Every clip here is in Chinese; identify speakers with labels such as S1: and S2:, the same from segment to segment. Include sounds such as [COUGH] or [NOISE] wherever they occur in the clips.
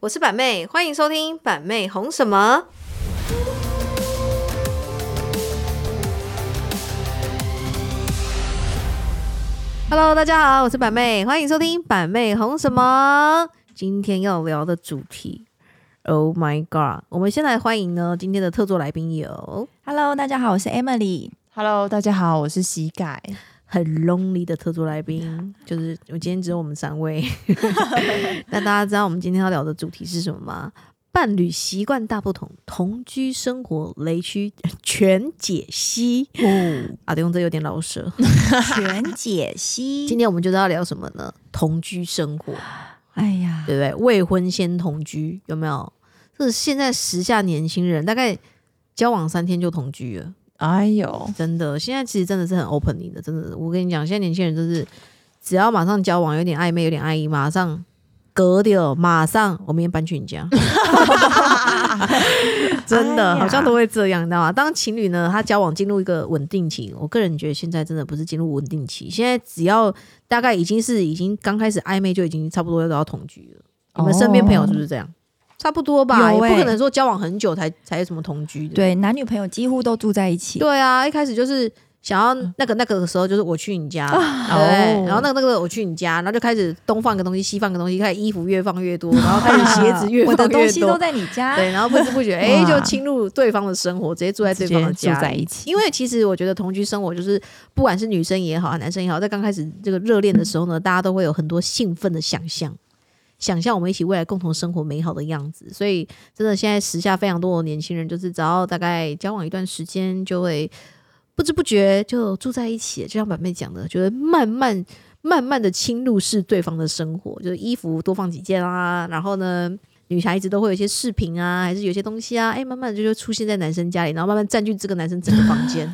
S1: 我是板妹，欢迎收听板妹红什么。Hello，大家好，我是板妹，欢迎收听板妹红什么。今天要聊的主题，Oh my God！我们先来欢迎呢今天的特座来宾有
S2: Hello，大家好，我是 Emily。
S3: Hello，大家好，我是膝盖。
S1: 很 lonely 的特助来宾，就是我今天只有我们三位。 [LAUGHS] 那大家知道我们今天要聊的主题是什么吗？伴侣习惯大不同，同居生活雷区全解析。
S2: 哦，
S1: 阿迪用这有点老舌。
S2: 全解
S1: 今
S2: 析。
S1: 天我们就是要聊什么呢？同居生活，
S2: 哎呀，
S1: 对不对？未婚先同居有没有？这是现在时下年轻人大概交往三天就同居了。
S3: 哎呦，
S1: 真的，现在其实真的是很 opening 的，真的。我跟你讲，现在年轻人就是只要马上交往，有点暧昧，有点爱意，马上割掉，马上我明天搬去你家。 [LAUGHS] 真的，
S2: 哎呀
S1: 好像都会这样，你知道吗？当情侣呢，他交往进入一个稳定期，我个人觉得现在真的不是进入稳定期，现在只要大概已经是已经刚开始暧昧，就已经差不多要到同居了。你们身边朋友是不是这样？差不多吧，
S2: 哦有
S1: 也不
S2: 欸
S1: 可能说交往很久才才有什么同居的。
S2: 对，男女朋友几乎都住在一起。
S1: 对啊，一开始就是想要那个那个的时候，就是我去你家，对，
S3: 嗯哦
S1: 然后那个那个我去你家，然后就开始东放个东西，西放个东西，开始衣服越放越
S3: [LAUGHS]
S1: 多，然后开始
S3: 啊
S1: 鞋子越
S2: 我的
S1: 放
S2: 东
S1: 越
S2: 西都
S1: 多，
S2: 在你家。
S1: 对，然后不知不觉哎、
S3: [LAUGHS] 哇
S1: 就侵入对方的生活，直接住在对
S3: 直
S1: 方
S3: 接
S1: 的家
S3: 住在
S1: 里。
S3: 一起，
S1: 因为其实我觉得同居生活就是，不管是女生也好，男生也好，在刚开始这个热恋的时候呢，大家都会有很多兴奋的想象，想象我们一起未来共同生活美好的样子。所以，真的现在时下非常多的年轻人，就是只要大概交往一段时间，就会不知不觉就住在一起了。就像板妹讲的，觉得慢慢。慢慢的侵入式对方的生活，就是衣服多放几件啊，然后呢，女孩子都会有一些饰品啊，还是有些东西啊，哎，慢慢的就就出现在男生家里，然后慢慢占据这个男生整个房 [LAUGHS] 间。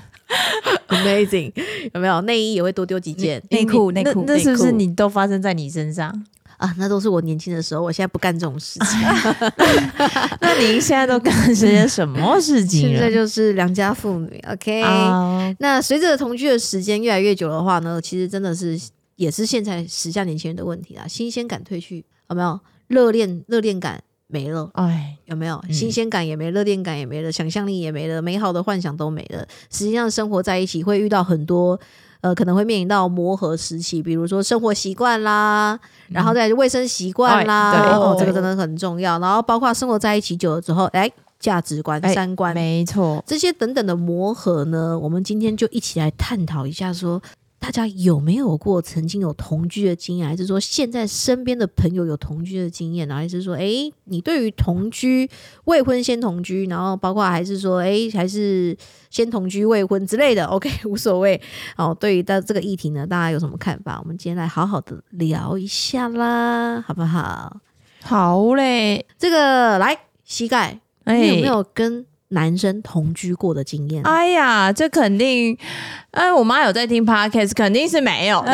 S1: Amazing，有没有内衣也会多丢几件哎
S2: 内裤内裤
S3: 那那是不
S1: 内
S3: 是
S1: 裤
S3: 你都发生在你身上？ [LAUGHS]
S1: 啊？那都是我年轻的时候，我现在不干这种事情。
S3: 那您现在都干了些什么事情
S1: [LAUGHS] 现
S2: [LAUGHS]
S1: 在
S3: 了？
S1: 就是良家妇女，OK。
S2: 哎
S3: 啊，
S1: 那随着同居的时间越来越久的话呢，其实真的是也是现在时下年轻人的问题啦，新鲜感褪去，有没有？热恋热恋感没了。
S3: 哎，
S1: 有没有
S3: 嗯
S1: 新鲜感也没了，热恋感也没了，想象力也没了，美好的幻想都没了。实际上，生活在一起会遇到很多，呃，可能会面临到磨合时期，比如说生活习惯啦，然后再来是卫生习惯啦，
S3: 嗯哎对
S1: 哦，这个
S3: 对
S1: 真的很重要。然后包括生活在一起久了之后，哎，价值观、
S3: 哎
S1: 三观
S3: 没错，
S1: 这些等等的磨合呢，我们今天就一起来探讨一下说。大家有没有过曾经有同居的经验，还是说现在身边的朋友有同居的经验，然后还是说，诶，你对于同居、未婚先同居，然后包括还是说，诶，还是先同居未婚之类的，OK，无 [LAUGHS] 所谓。哦，对于到这个议题呢，大家有什么看法？我们今天来好好的聊一下啦，好不好？
S3: 好嘞，
S1: 这个来膝盖，
S3: 哎，
S1: 你有没有跟男生同居过的经验？
S3: 哎呀，这肯定，哎，我妈有在听 podcast，肯定是没有
S1: [LAUGHS]
S3: 的。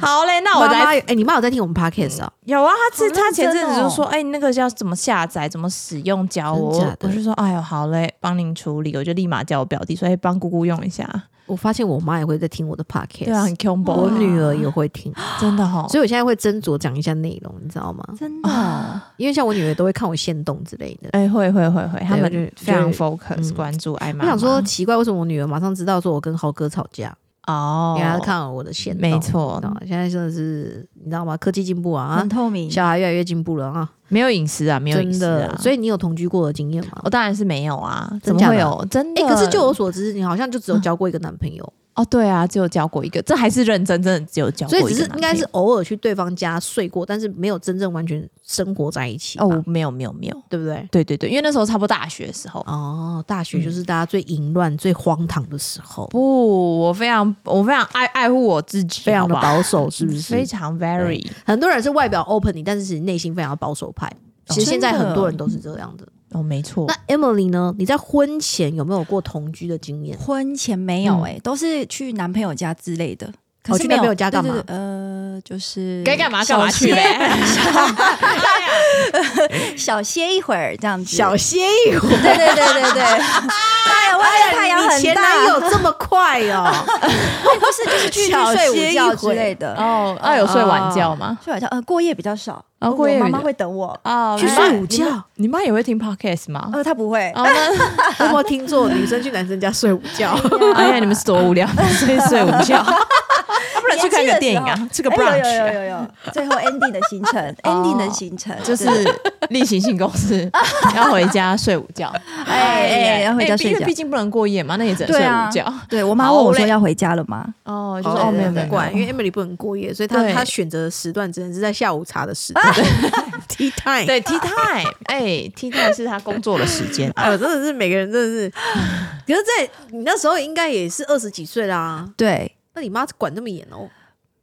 S3: 好嘞，那我
S1: 妈妈
S3: 来。
S1: 有，哎、你妈有在听我们 podcast 啊、
S3: 有啊，她
S2: 好
S3: 是
S2: 认
S3: 她前阵子
S2: 真哦
S3: 就说，哎，那个要怎么下载，怎么使用，教我
S1: 真假。的
S3: 我就说，哎呦，好嘞，帮您处理。我就立马叫我表弟说，哎，帮姑姑用一下。
S1: 我发现我妈也会在听我的 podcast，
S3: 对啊，很 combo。
S1: 我女儿也会听，
S3: 真的哦哈，
S1: 所以我现在会斟酌讲一下内容，你知道吗？
S2: 真的哦，
S1: 因为像我女儿都会看我先动之类的。
S3: [LAUGHS] 哎，会会会会，他
S1: 我
S3: 们
S1: 就
S3: 非常
S1: 就
S3: focus
S1: 嗯
S3: 关注爱
S1: 我
S3: 妈妈。
S1: 想说奇怪，为什么我女儿马上知道说我跟豪哥吵架，
S3: 哦
S1: 因为她看了嗯我的线动，
S3: 没错
S1: 你知道吗现在真的是你知道吗？科技进步啊
S2: 很，透明。
S1: 小孩越来越进步了啊，
S3: 没有隐私啊，没有隐
S1: 真
S3: 私
S1: 的
S3: 啊。。哦
S1: 所
S3: 以
S1: 以你有同居过的经验吗
S3: 我？当然是没有啊，
S1: 真
S3: 怎么
S1: 假的
S3: 会有？真
S1: 哎、
S3: 的。
S1: 可是就我所知，你好像就只有交过一个男朋友，
S3: 哦，对啊，只有交过一个，这还是认真，真的只有交过
S1: 所
S3: 一
S1: 以
S3: 个
S1: 只是应该是
S3: 男
S1: 偶尔去对方家睡过，但是没有真正完全生活在一起吧。
S3: 朋友哦，没有没有没有，
S1: 对不对？
S3: 对对对，因为那时候差不多大学的时候。
S1: 哦，大学就是大家最淫乱、最荒唐的时候，
S3: 不，我非常我非常爱爱护我自己，
S1: 非常的
S3: 好不好
S1: 保 [LAUGHS] 守，是不是？
S3: 非常 very
S1: 很多人是外表 open 你，但是其实内心非常的保守派。其实现在很多人都是这样的。
S3: 哦，没错。
S1: 那 Emily 呢？你在婚前有没有过同居的经验？
S2: 欸婚前没有哎、都是去男朋友家之类的。可
S1: 去
S2: 是
S1: 那
S2: 没
S1: 边有加干
S2: 对
S1: 嘛
S2: 对对呃，就是
S3: 该干嘛干嘛去
S2: 小歇
S3: 呗。哎呀
S2: [LAUGHS] 小歇一会儿这样子。
S1: 小歇一会儿。
S2: 对对对对对，哎呀，外面太阳
S1: 你
S2: 很
S1: 前
S2: 大，
S1: 男友这么快哦？
S2: 不是就是去去
S1: 小
S2: 睡
S1: 歇
S2: 午
S1: 一
S2: 觉之
S1: 会
S2: 类的，
S3: 哦，那有睡晚觉吗？
S2: 睡晚觉呃过夜比较少，
S3: 哦
S2: 我
S3: 过夜比
S2: 妈
S3: 较
S2: 妈会等我，
S3: 哦，
S1: [LAUGHS] 去
S3: 你
S1: 睡
S3: 妈
S1: 午觉，
S3: 你妈也会听 podcast 吗？
S2: 呃她不会，
S3: 哦，那
S1: [LAUGHS] 我有没有听错？女生去男生家睡午 [LAUGHS] 觉，
S2: 哦
S3: 哎呀，你们是多无聊，睡睡午觉，要不然去看个电影啊，吃个
S2: 哎
S3: brunch，
S2: 有有
S3: 啊
S2: 有有有，最后 ending 的行程，ending 的行程 [LAUGHS]
S3: 就是
S2: 对
S3: 例行性公事，要回家睡午觉。
S2: 哎哎，要回家睡
S3: 因为
S2: 觉
S3: 毕。竟不能过夜嘛，那也只能
S2: 对
S3: 睡
S2: 啊
S3: 午觉。，
S2: 对我妈问我
S3: 好
S2: 说
S3: 累
S2: 要回家了吗？
S3: 哦，就
S1: 哦
S3: 是哦，没有没有，
S1: 怪，
S3: 没
S1: 因
S3: 有
S1: 为 Emily 不能过夜，所以她
S3: 对
S1: 她选择的时段只能是在下午茶的时 [LAUGHS] 段，tea time。
S3: 对 tea time，哎，tea time 是他工作的时间啊 [LAUGHS]
S1: 哎呦，真的是每个人真的 [LAUGHS] 是，可是在，你那时候应该也是二十几岁啦，
S2: 对，
S1: 那你妈管那么严哦？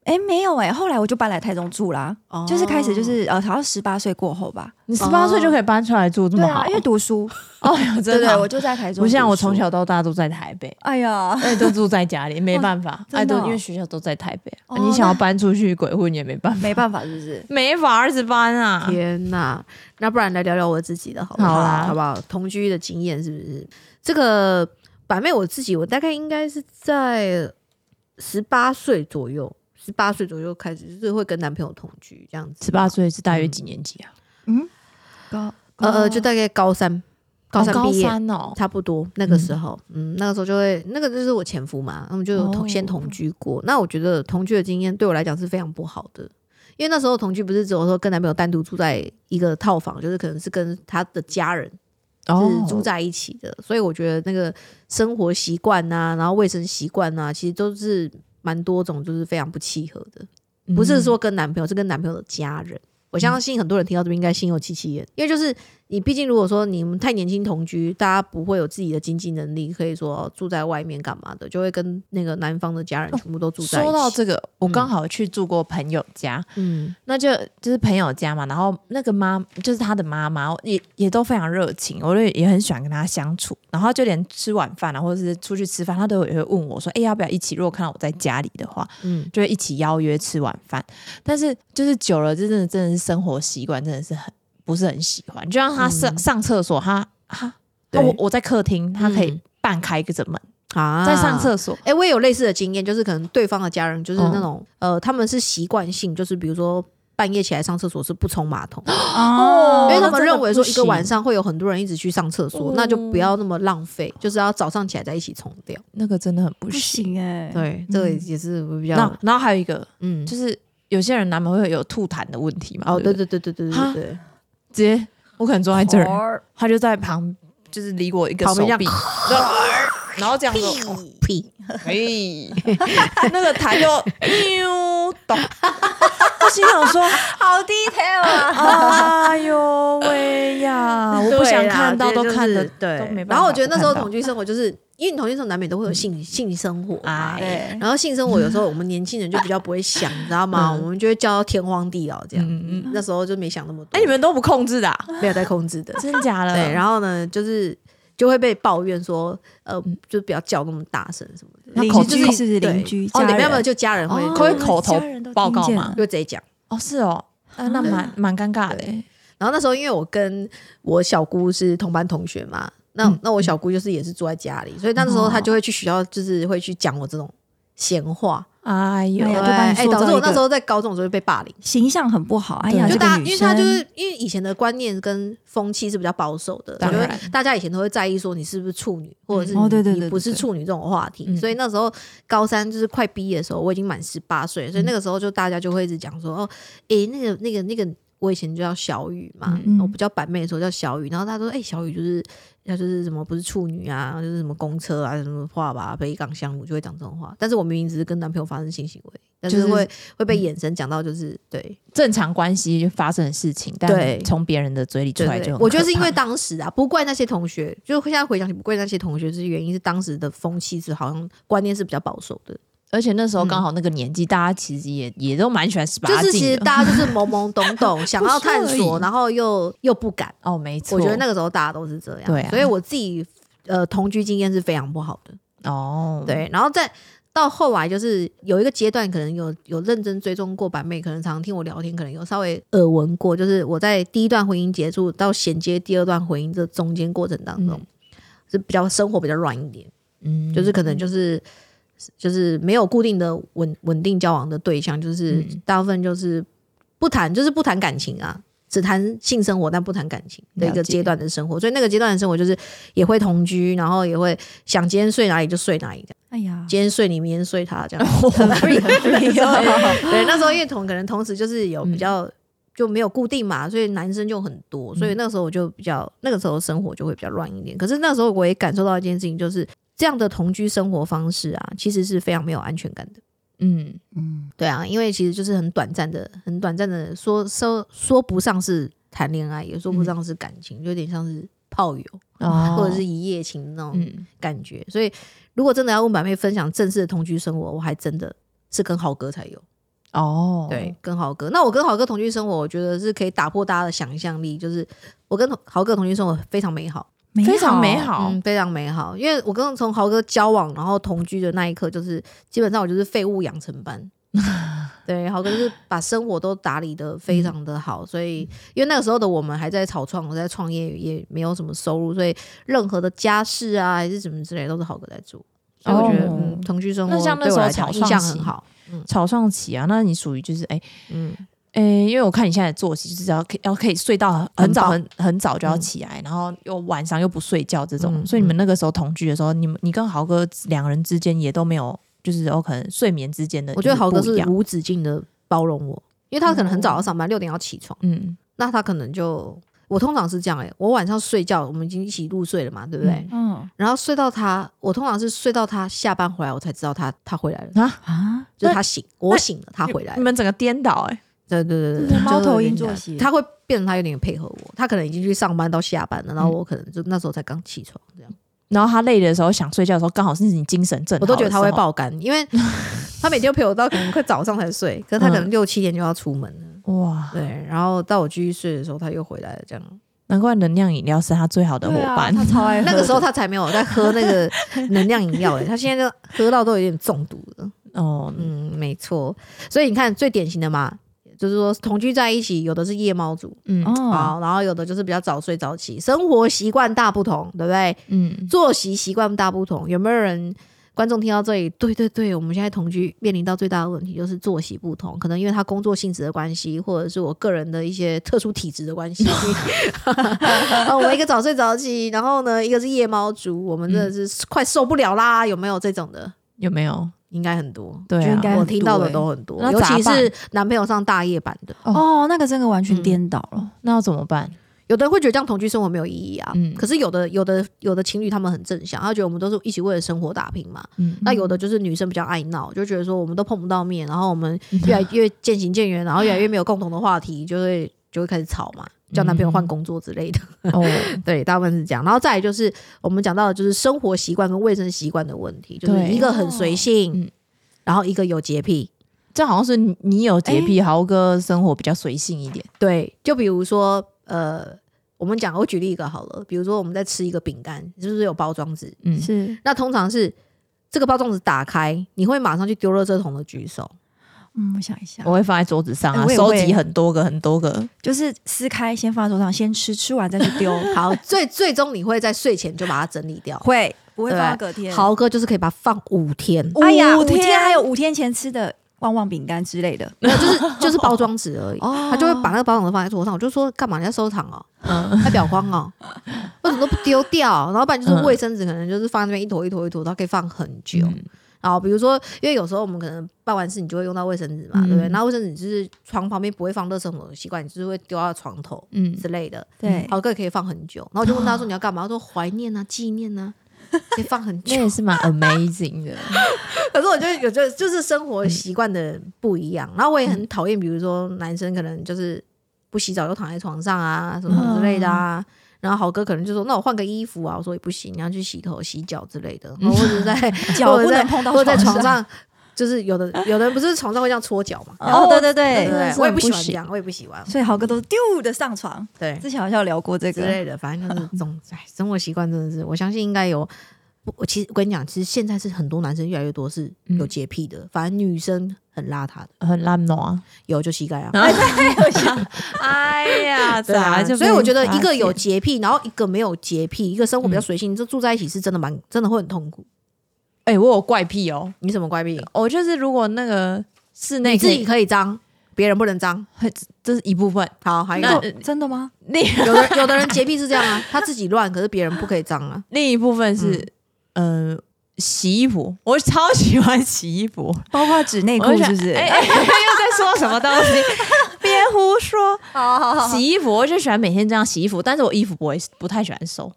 S2: 哎没有哎，后来我就搬来台中住啦，
S1: 哦
S2: 就是开始就是呃，好像十八岁过后吧，
S3: 你十八岁就可以搬出来住，这
S2: 对
S3: 么好
S2: 啊，因为读书，
S3: 哦，哎呦
S2: 对
S3: 真
S2: 对，
S3: 的，
S2: 我就在台中，
S3: 不像我从，小到大都在台北。
S2: 哎呀，
S3: 哎，都住在家里，没办法，
S2: 真的
S3: 哎，都
S2: 哦
S3: 因为学校都在台北啊，
S2: 哦
S3: 你想要搬出去鬼混也没办法，
S2: 没办法，是不是？
S3: 没法子搬啊。
S1: 天呐，那不然来聊聊我自己的好不
S3: 好啊
S1: 好不好？同居的经验是不是？这个板妹我自己，我大概应该是在十八岁左右，十八岁左右开始就是会跟男朋友同居这样子。
S3: 十八岁是大约几年级啊？
S2: 嗯，高
S1: 呃呃，就大概高三，高三
S3: 哦
S1: 毕业。
S3: 三哦，
S1: 差不多那个时候，嗯那个时候就会，那个就是我前夫嘛，他们就有同、
S3: 哦
S1: 先同居过。那我觉得同居的经验对我来讲是非常不好的，因为那时候同居不是只有说跟男朋友单独住在一个套房，就是可能是跟他的家人
S3: 哦
S1: 是住在一起的，所以我觉得那个生活习惯呐，然后卫生习惯呐，其实都是蛮多种，就是非常不契合的。
S3: 嗯
S1: 不是说跟男朋友，是跟男朋友的家人。我相信很多人听到这边应该心有戚戚焉，因为就是你，毕竟如果说你们太年轻同居，大家不会有自己的经济能力，可以说哦住在外面干嘛的，就会跟那个男方的家人全部都住在一起。
S3: 哦说到这个，我
S1: 嗯
S3: 刚好去住过朋友家，
S1: 嗯，
S3: 那就就是朋友家嘛，然后那个妈就是他的妈妈，也也都非常热情，我也也很喜欢跟他相处。然后就连吃晚饭啊，或者是出去吃饭，他都也会问我说：“哎、要不要一起？”如果看到我在家里的话，
S1: 嗯
S3: 嗯，就会一起邀约吃晚饭。但是就是久了，这真的真的是生活习惯，真的是很不是很喜欢。就像他上、上厕所，他他、
S1: 对
S3: 我我在客厅，他可以
S1: 嗯
S3: 半开个着门、
S1: 啊
S3: 在上。厕所。
S1: 哎、我也有类似的经验，就是可能对方的家人就是
S3: 嗯
S1: 那种、呃，他们是习惯性，就是比如说半夜起来上厕所是不冲马桶的，
S2: 哦
S1: 因为他
S3: 那
S1: 们
S3: 真的
S1: 认为说
S3: 不
S1: 一个晚
S3: 行
S1: 上会有很多人一直去上厕所，
S3: 嗯
S1: 那就不要那么浪费，就是要早上起来再一起冲掉。
S3: 那个真的很不
S2: 不
S3: 行。
S2: 行哎，
S1: 对，这个
S3: 嗯
S1: 也是比
S3: 然后
S1: 较
S3: 然后还有一个
S1: 嗯，
S3: 就是。有些人难免会有吐痰的问题嘛？
S1: 哦，
S3: 不
S1: 对对对对对对
S3: 哈
S1: 对，
S3: 直接我可能坐在这儿，
S2: 儿
S3: 他就在旁，就是离我一个
S1: 哦旁
S3: 手
S1: 边这
S3: 臂，
S1: 样
S3: 然后然后这样子，
S1: 屁，
S3: 嘿， [LAUGHS] 那个痰就呦咚，我心想说，
S2: 好 detail 啊！
S3: 哎呦喂呀，我不
S1: 啊
S3: 想看到，都看得都没办法
S1: 然后我觉得那时候
S3: 看到
S1: 同居生活就是，因为你同居生活难免都会有性性生活嘛
S3: 哎。
S2: 对，
S1: 然后性生活有时候我们年轻人就比较不会想，你知道吗？
S3: 嗯
S1: 我们就会叫到天荒地老这样。
S3: 嗯嗯，
S1: 那时候就没想那么多
S3: 哎，，你们嗯都不控制的啊，
S1: 没有在控制的。
S3: 真假的？
S1: 对，然后呢，就是就会被抱怨说，呃，就不要叫那么大声什么的。
S3: 嗯那
S2: 邻
S3: 口
S2: 居
S1: 就是
S2: 是不是邻居？
S1: 哦，
S2: 家
S1: 你
S2: 人
S1: 没有没有，就家人会
S3: 哦
S1: 就
S3: 会口头
S2: 家人都
S3: 报告
S2: 听见
S3: 吗
S2: 了
S1: 就直接讲。
S3: 哦是哦，呃那蛮
S1: 嗯
S3: 蛮尴尬的欸，
S1: 然后那时候因为我跟我小姑是同班同学嘛，那、
S2: 嗯
S1: 那我小姑就是也是住在家里，所以那时候
S2: 哦
S1: 她就会去学校，就是会去讲我这种闲话。
S3: 哎呦
S2: 哎
S1: 对
S2: 呀，就把你
S1: 哎，
S2: 塑造
S1: 导致我
S2: 一个
S1: 那时候在高中的时候就被霸凌。
S2: 形象很不好。哎
S1: 啊
S3: 对
S2: 呀，
S1: 就
S2: 这
S1: 大
S2: 个
S1: 家，因
S2: 女
S1: 为她
S2: 生
S1: 就是因为以前的观念跟风气是比较保守的，
S3: 当
S1: 因为
S3: 然
S1: 大家以前都会在意说你是不是处女，或者是
S2: 嗯哦对对
S1: 你
S2: 对
S1: 不是
S2: 对对
S1: 处女这种话题。
S3: 嗯
S1: 所以那时候高三就是快毕业的时候，我已经满十八岁，
S2: 嗯
S1: 所以那个时候就大家就会一直讲说，哦，诶，那个那个那个，我以前就叫小雨嘛，
S2: 嗯
S1: 我不叫板妹的时候叫小雨，然后大家都说，诶，小雨就是。她就是什么不是处女啊，就是什么公车啊，什么话吧，北港香炉就会讲这种话。但是我明明只是跟男朋友发生性行为，但是
S3: 就是
S1: 会、会
S2: 嗯
S1: 被眼神讲到，就是对，
S3: 正常关系发生的事情，
S1: 对
S3: 但从别人的嘴里出
S1: 对对
S3: 来就
S1: 对，
S3: 很
S1: 我觉得
S3: 可
S1: 是因为
S3: 怕
S1: 当时啊，不怪那些同学，就现在回想起不怪那些同学，是原因是当时的风气是好像观念是比较保守的，
S3: 而且那时候刚好那个年纪，大家其实也也都蛮喜欢十八
S1: 嗯就是其
S3: 禁
S1: 实
S3: 的。
S1: 大家就是懵懵懂
S3: [LAUGHS]
S1: 懂，想要探
S3: 不是
S1: 索，
S3: 而已
S1: 然后又又不敢。
S3: 哦，没错，
S1: 我觉得那个时候大家都是这样，
S3: 对啊
S1: 所以我自己呃同居经验是非常不好的，
S3: 哦，
S1: 对。然后在到后来就是有一个阶段，可能有有认真追踪过板妹，可能常听我聊天，可能有稍微耳闻过。就是我在第一段婚姻结束到衔接第二段婚姻这中间过程当中，是比较生活比较乱一点，
S3: 嗯
S1: 就是可能就是就是没有固定的稳稳定交往的对象，就是
S3: 嗯
S1: 大部分就是不谈，就是不谈感情啊。只谈性生活，但不谈感情的一个
S3: 了解
S1: 阶段的生活，所以那个阶段的生活就是也会同居，然后也会想今天睡哪里就睡哪里，
S2: 哎呀，
S1: 今天睡你，明天睡他， [LAUGHS] 这样。
S3: [LAUGHS]
S2: 很 free 很 free 哦
S1: [LAUGHS] 对，嗯那时候因为同可能同时就是有比较、就没有固定嘛，所以男生就很多，所以那时候我就比较那个时候生活就会比较乱一点。可是那时候我也感受到一件事情，就是这样的同居生活方式啊，其实是非常没有安全感的。
S3: 嗯
S2: 嗯，
S1: 对啊，因为其实就是很短暂的，很短暂的说说说不上是谈恋爱，也说不上是感情，就有点像是炮友、
S3: 哦
S1: 或者是一夜情那种。
S3: 嗯
S1: 感觉。所以，如果真的要问板妹分享正式的同居生活，我还真的是跟豪哥才有。
S3: 哦，
S1: 对，跟豪哥。那我跟豪哥同居生活，我觉得是可以打破大家的想象力。就是我跟豪哥同居生活非常美好，
S3: 非常美好
S1: 嗯，非常美好。因为我跟从豪哥交往，然后同居的那一刻，就是基本上我就是废物养成
S3: [LAUGHS]
S1: 班。对，豪哥就是把生活都打理的
S3: 嗯
S1: 非常的好，所以因为那个时候的我们还在草创，我在创业，也没有什么收入，所以任何的家事啊还是什么之类都是豪哥在做。所以我觉得，
S3: 哦
S1: 嗯，同居生活
S3: 那像那
S1: 对我
S3: 时候
S1: 来讲
S3: 草
S1: 印
S3: 创
S1: 象
S3: 期
S1: 很好，
S3: 草上起啊，那你属于就是哎
S1: 嗯，
S3: 哎，因为我看你现在的作息就是要可以要可以睡到很早
S1: 很
S3: 很很早就要起来，然后又晚上又不睡觉这种，
S1: 嗯
S3: 所以你们那个时候同居的时候，你们你跟豪哥两人之间也都没有就是有可能睡眠之间的，
S1: 我觉得豪哥是
S3: 一样，哦
S1: 无止境的包容我，因为他可能很早要上班，六点要起床，
S3: 嗯，
S1: 那他可能就我通常是这样哎、我晚上睡觉，我们已经一起入睡了嘛，对不对？
S3: 嗯
S2: 嗯
S1: 然后睡到他，我通常是睡到他下班回来，我才知道他他回来了，
S2: 啊，
S1: 就是他醒，我醒了，他回来
S3: 你
S1: 了。
S3: 们整个颠倒哎、
S1: 对对对
S2: 你
S1: 对，
S2: 的
S1: 就
S2: 猫
S1: 是
S2: 头鹰
S1: 有点
S2: 作息
S1: 他会变成他有点配合我，他可能已经去上班到下班了，然后我可能就那时候才刚起床这样。
S3: 然后他累的时候想睡觉的时候，刚好是你精神正好
S1: 我
S3: 的时候，
S1: 都觉得他会爆肝，因为他每天陪我到可能快早上才睡，可是他可能六七点就要出门了。
S3: 哇，
S1: 对，然后到我继续睡的时候，他又回来了，这样。
S3: 难怪能量饮料是他最好的伙
S2: 对啊
S3: 伴。
S1: 嗯
S2: 他超爱喝
S1: 那个时候他才没有在喝那个能量饮料嘞，欸他现在就喝到都有点中毒了。
S3: 哦，
S1: 嗯，没错。所以你看，最典型的嘛，就是说同居在一起，有的是夜猫族，
S3: 嗯
S2: 哦，
S1: 好，然后有的就是比较早睡早起，生活习惯大不同，对不对？
S3: 嗯，
S1: 作息习惯大不同，有没有人？观众听到这里，对对对，我们现在同居面临到最大的问题就是作息不同，可能因为他工作性质的关系，或者是我个人的一些特殊体质的关
S2: [LAUGHS]
S1: 系。呃，我一个早睡早起，然后呢，一个是夜猫族，我们真的是快受不了啦，有没有这种的？
S3: 有没有？
S1: 应该很多，
S3: 对
S2: 就应
S3: 啊，
S2: 该
S1: 我听到的
S2: 很多欸
S1: 都很多，
S3: 那
S1: 尤
S3: 咋
S1: 其
S3: 办
S1: 是男朋友上大夜班的，
S2: 欸哦，那个真的完全颠倒了，
S3: 那要怎么办？
S1: 有的人会觉得这样同居生活没有意义啊。
S3: 嗯
S1: 可是有的有的有的情侣他们很正向，他觉得我们都是一起为了生活打拼嘛。
S3: 嗯，
S1: 那有的就是女生比较爱闹，就觉得说我们都碰不到面，然后我们
S3: 啊
S1: 越来越渐行渐远，然后越来越没有共同的话题，就会就会开始吵嘛，叫男朋友
S3: 嗯
S1: 换工作之类的。 [LAUGHS]
S3: 哦，
S1: 对，大部分是这样。然后再来就是我们讲到的就是生活习惯跟卫生习惯的问题，就是
S3: 对
S1: 一个很随性，
S3: 嗯
S1: 然后一个有洁癖。
S3: [LAUGHS] 这好像是你你有洁
S1: 哎
S3: 癖，豪哥生活比较随性一点。
S1: 对，就比如说呃，我们讲我举例一个好了，比如说我们在吃一个饼干，是不是有包装纸？
S3: 嗯，
S2: 是，
S1: 那通常是这个包装纸打开，你会马上去丢垃圾桶的举手。
S2: 嗯，我想一下
S3: 我，会放在桌子上
S2: 哎
S3: 啊，
S2: 我也
S3: 收
S2: 会
S3: 集很多个很多个。
S2: 就是撕开先放在桌上，先吃，吃完再去丢， [LAUGHS]
S1: 好，最最终你会在睡前就把它整理掉。
S2: 会不会
S1: 对
S2: 放到隔天？，
S1: 豪哥就是可以把它放五天，
S2: 哎呀，
S3: 五
S2: 五天
S3: 天
S2: [LAUGHS] 还有五天前吃的旺旺饼干之类的，
S1: 没有就是就是包装纸而已。
S2: 哦
S1: 他就会把那个包装纸放在桌上，我就说干嘛你在收藏哦，
S2: 嗯
S1: [LAUGHS] 在裱框哦，为什么都不丢掉？然后不然就是
S3: 嗯
S1: 卫生纸，可能就是放在那边一坨一坨一坨，它可以放很久。
S3: 嗯
S1: 然后比如说，因为有时候我们可能办完事，你就会用到卫生纸嘛，
S3: 嗯
S1: 对不对？那卫生纸就是床旁边不会放垃圾桶的习惯，你就是会丢到床头
S3: 嗯，
S1: 之类的。
S2: 对，
S1: 好，哥可以放很久。然后我就问
S3: [LAUGHS]
S1: 他说你要干嘛？他说怀念啊，纪念啊，可以放很久
S3: 那。也是蛮 amazing 的。 [LAUGHS]
S1: 可是我觉得有就就是生
S3: 嗯
S1: 活习惯的不一样，然后我也很讨厌，比如说男生可能就是不洗澡就躺在床上啊，什
S3: 嗯
S1: 么之类的啊。然后豪哥可能就说：“那我换个衣服啊。”我说：“也不行，你要去洗头、洗脚之类的。”然后或者在
S3: [LAUGHS]
S2: 脚
S1: 或者
S2: 不
S1: 在
S2: 能碰到
S1: 或者在床
S2: 床
S1: 上，就是有的有的人不是床上会这样搓脚嘛？
S2: [LAUGHS] 哦，对对对
S1: 对不对，
S3: 是
S1: 我也
S3: 很
S1: 不喜
S3: 不
S1: 欢
S3: 行
S1: 这样，我也不喜欢。
S2: 所以豪哥都丢的上床，
S1: 对，
S2: 之前好像有聊过这
S3: 啊
S1: 之 [LAUGHS]
S2: 个，
S1: 类的，反正就是总哎，生活习惯真的是，我相信应该有不我其实我跟你讲，其实现在是很多男生越来越多是
S3: 嗯
S1: 有洁癖的，反而女生很邋遢的，
S3: 很烂惰啊。
S1: 有就膝盖啊。
S3: 哎呀，哎 [LAUGHS] 呀，
S1: 对啊，
S3: 就
S1: 所以我觉得
S3: 被
S1: 一个有
S3: 发现
S1: 洁癖，然后一个没有洁癖，一个生活
S3: 嗯
S1: 比较随性，这住在一起是真的蛮真的会很痛苦。
S3: 哎、我有怪癖哦，
S1: 你什么怪癖？
S3: 我就是如果那个室内
S1: 你自
S3: 可以
S1: 己可以脏，别人不能脏。
S3: 这是一部分， [LAUGHS]
S1: 好，还有一
S3: 那
S1: 个
S2: 哦真的吗？
S3: 另
S1: 有的有的人洁癖是这样啊，他自己乱，可是别人不可以脏
S3: [LAUGHS]
S1: 啊。
S3: 另一部分是，嗯、呃，洗衣服，我超喜欢洗衣
S2: [LAUGHS]
S3: 服，
S2: 包括纸内
S3: 内
S2: 裤是不是？
S3: 哎、 [LAUGHS] 哎又在说什么东
S2: [LAUGHS]
S3: 西？别胡说！
S2: 好好好，
S3: 洗衣服，我就喜欢每天这样洗衣服，但是我衣服不会，不太喜欢收，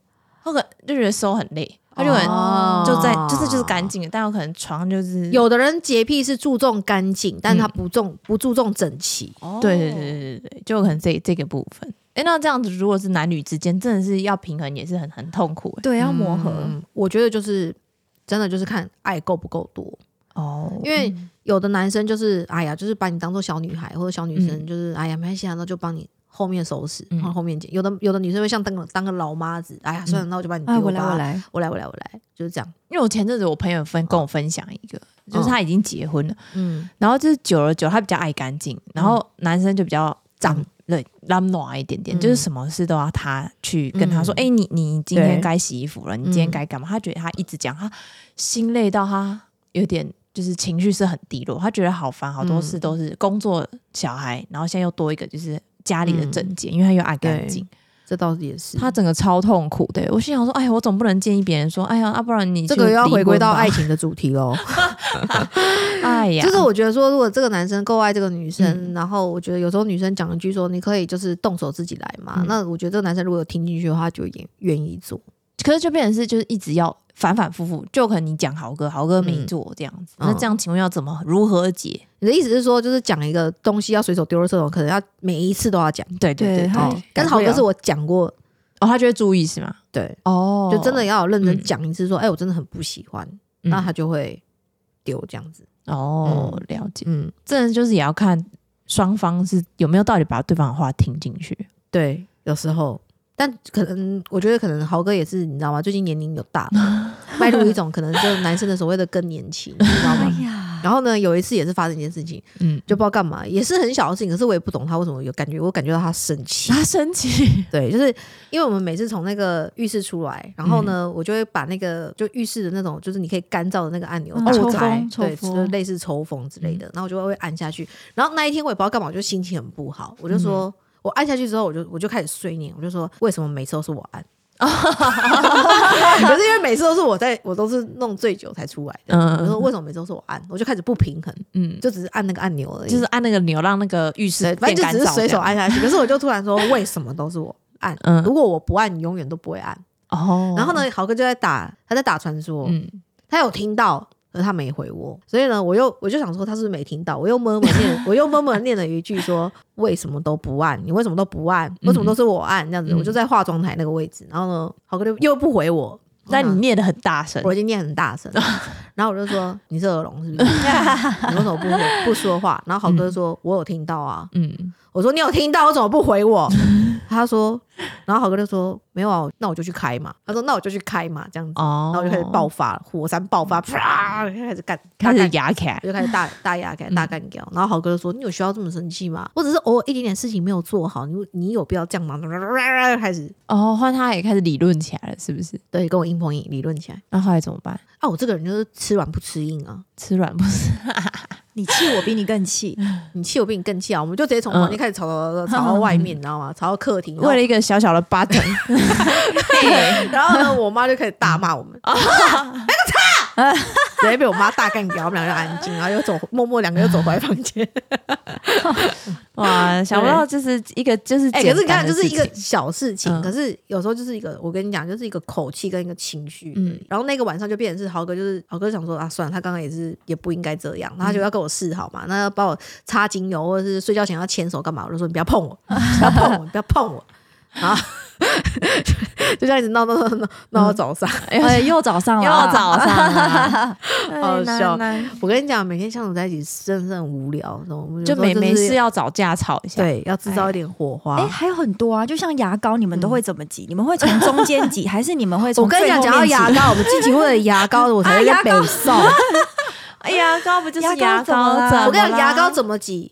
S3: 我可就觉得收很累，我就可能
S1: 哦
S3: 就在、就是就是干净的，但我可能床就是
S1: 有的人洁癖是注重干净，但是
S3: 嗯
S1: 他不重不注重整齐。
S3: 对对对对对对，就可能这这个部分。哎，那这样子，如果是男女之间，真的是要平衡，也是很很痛苦、
S2: 对，要磨合。
S1: 嗯，我觉得就是真的就是看爱够不够多，
S3: 哦，
S1: 因
S3: 因为
S1: 为有的男生就是哎呀，就是把你当做小女孩或者小女生，就是哎呀没关系啊，那就帮你后面收拾，
S3: 嗯
S1: 然后后面捡。有的有的女生会像当个当个老妈子，哎呀算了，那我就把你丢
S2: 哎，
S1: 吧，
S2: 我来，我，来，
S1: 我来，我来，我来，就是这样。
S3: 因为我前阵子我朋友分跟我分享一个，就是他已经结婚了，
S1: 嗯，
S3: 然后就是久而久，他比较爱干净，然后男生就比较脏。对，懒暖一点点，
S1: 嗯
S3: 就是什么事都要他去跟他说。
S1: 嗯
S3: 哎、你你今天
S1: 对
S3: 该洗衣服了，你今天
S1: 嗯
S3: 该干嘛？他觉得他一直讲，他心累到他有点就是情绪是很低落，他觉得好烦，好多
S1: 嗯
S3: 事都是工作、小孩，然后现在又多一个就是家里的整
S1: 嗯
S3: 洁，因为他又爱干
S1: 对
S3: 净，
S1: 这倒是也是。
S3: 他整个超痛苦的。我心想说，哎，我总不能建议别人说，哎呀，啊，不然你
S1: 这个又要
S3: 去离
S1: 回归
S3: 婚
S1: 到
S3: 吧
S1: 爱，情的主题喽。
S3: 哎
S1: [LAUGHS]
S3: 呀，
S1: 就是我觉得说，如果这个男生够爱这个女生，
S3: 嗯
S1: 然后我觉得有时候女生讲一句说“你可以就是动手自己来嘛”，
S3: 嗯
S1: 那我觉得这个男生如果有听进去的话，他就也愿意做。
S3: 可是就变成是就是一直要反反复复，就可能你讲豪哥，豪哥没做这样子，
S1: 嗯
S3: 那这样请问要怎么如何解？
S1: 你的意思是说，就是讲一个东西要随手丢了这种，可能要每一次都要讲。
S3: 对
S2: 对
S3: 对
S2: 对
S3: 对
S2: 他
S1: 哦，但是豪哥是我讲过，
S3: 哦，他就会注意是吗？
S1: 对，
S3: 哦
S1: 就真的要有认真
S3: 嗯
S1: 讲一次，说，哎、我真的很不喜欢，
S3: 嗯
S1: 那他就会丢这样子。
S3: 哦，了解，
S1: 嗯，
S3: 真的就是也要看双方是有没有到底把对方的话听进去。
S1: 对，有时候，但可能我觉得可能豪哥也是，你知道吗？最近年龄有大
S3: [LAUGHS]
S1: 了迈入一种可能就是男生的所谓的更年期，你知道
S2: 哎
S1: 吗？
S2: 呀，
S1: 然后呢，有一次也是发生一件事情，
S3: 嗯，
S1: 就不知道干嘛，也是很小的事情，可是我也不懂他为什么有感觉，我感觉到他生气。
S3: 他生气，
S1: 对，就是因为我们每次从那个浴室出来，然后
S3: 嗯
S1: 呢，我就会把那个就浴室的那种，就是你可以干燥的那个按钮，
S2: 嗯
S1: 打
S2: 抽
S1: 开
S2: 风抽
S1: 对，
S2: 风
S1: 就是类似抽风之类
S3: 嗯
S1: 的，然后我就会按下去。然后那一天我也不知道干嘛，我就心情很不好，
S3: 嗯
S1: 我就说。我按下去之后，我就我就开始碎念，我就说为什么每次都是我
S3: [LAUGHS]
S1: 按？可是因为每次都是我在，我都是弄醉酒才出来的。
S3: 嗯
S1: 我说为什么每次都是我按？我就开始不平衡，
S3: 嗯，
S1: 就只是按那个按钮而已。
S3: 就是按那个钮让那个浴室
S1: 对，反正
S3: 变
S1: 就只
S3: 干
S1: 是
S3: 燥
S1: 随手
S3: 这样，
S1: 按下去。可是我就突然说，为什么都是我按？
S3: 嗯
S1: 如果我不按，你永远都不会按。
S3: 哦，
S1: 然后，呢，豪哥就在打，他在打传说，
S3: 嗯，
S1: 他有听到，可是他没回我。所以呢，我又我就想说他是不是没听到？我又默默念，我又默默念了一句说，为什么都不按？你为什么都不按？为什么都是我按？这样子，
S3: 嗯
S1: 我就在化妆台那个位置。然后呢，豪哥就又不回我。
S3: 但你哦
S1: 嗯
S3: 念的很大声，
S1: 我已经念很大声，然后我就说你是耳聋是不 [LAUGHS] 是？你为什么不回不说话？然后豪哥说，我有听到啊。
S3: 嗯，
S1: 我说你有听到，我怎么不回我？ [LAUGHS] 他说，然后豪哥就说没有啊，那我就去开嘛。他说那我就去开嘛，这样子，
S3: 哦
S1: 然，后就开始爆，发，火山爆发，啪，开始干，
S3: 开始嗯
S1: 大干
S3: 牙起来，
S1: 我就开始大大压给大干掉。然后豪哥就说你有需要这么生气吗？我只是偶尔一点点事情没有做好，你你有必要这样吗？开始
S3: 哦，换他也开始理论起来了，是不是？
S1: 对跟我硬碰硬理论起来。
S3: 那后来怎么办？
S1: 啊，我这个人就是吃软不吃硬啊！
S3: 吃软不
S1: [LAUGHS]
S3: 吃
S2: 你气我比你更气，
S1: 你气我比你更气啊！我们就直接从房间开始吵吵吵吵吵到外面，你知道吗？吵到客厅，然后
S3: 嗯为了一个小小的 button，
S1: 然后呢，我妈就开始大骂我 [LAUGHS] 们，哎那个叉，直接被我妈大干掉，我们两个就安静，然后又走，默默两个又走回来房间。
S3: [LAUGHS] 哇，想不到就是一个就是
S1: 哎、 [LAUGHS]
S3: 简单的
S1: 可是你看，就是一个
S3: 事情
S1: 小事情，
S3: 嗯
S1: 可是有时候就是一个，我跟你讲，就是一个口气跟一个情绪。
S3: 嗯
S1: 然后那个晚上就变成是豪哥，就是豪哥想说啊，算了，他刚刚也是也不应该这样，然后他就要跟我示好嘛，那要帮我 [LAUGHS] 擦精油或者是睡觉前要牵手干嘛，我就说你不要碰我，不要碰我，不要碰我，然后就这样一直闹闹闹闹闹到早上。
S2: 哎，又早上
S1: 哦
S3: 又
S2: 了，
S3: 早上
S1: [LAUGHS]
S3: 了，
S1: 好笑
S3: 哎，
S1: 我跟你讲，每天相处在一起真的很无聊，懂我们有
S3: 就
S1: 时候
S3: 没没
S1: 是
S3: 事要找架吵一下。
S1: 对，要制造一点火花。
S2: 哎，还有很多啊，就像牙膏，你们都会怎么挤？你们会从中间挤，还是你们会从
S1: 我跟你讲，
S2: 最后
S1: 讲到
S2: 面
S1: 牙
S2: 挤，
S1: 膏，我们近期为了牙膏，我才
S2: 啊
S1: 在 [LAUGHS]
S2: 牙
S1: 北
S2: 膏
S1: 宋。
S3: 哎呀，膏不就是
S2: 牙膏怎么
S3: 膏
S2: 啦？
S1: 我跟你
S3: 么
S1: 讲，牙
S3: 啦
S1: 膏怎么挤？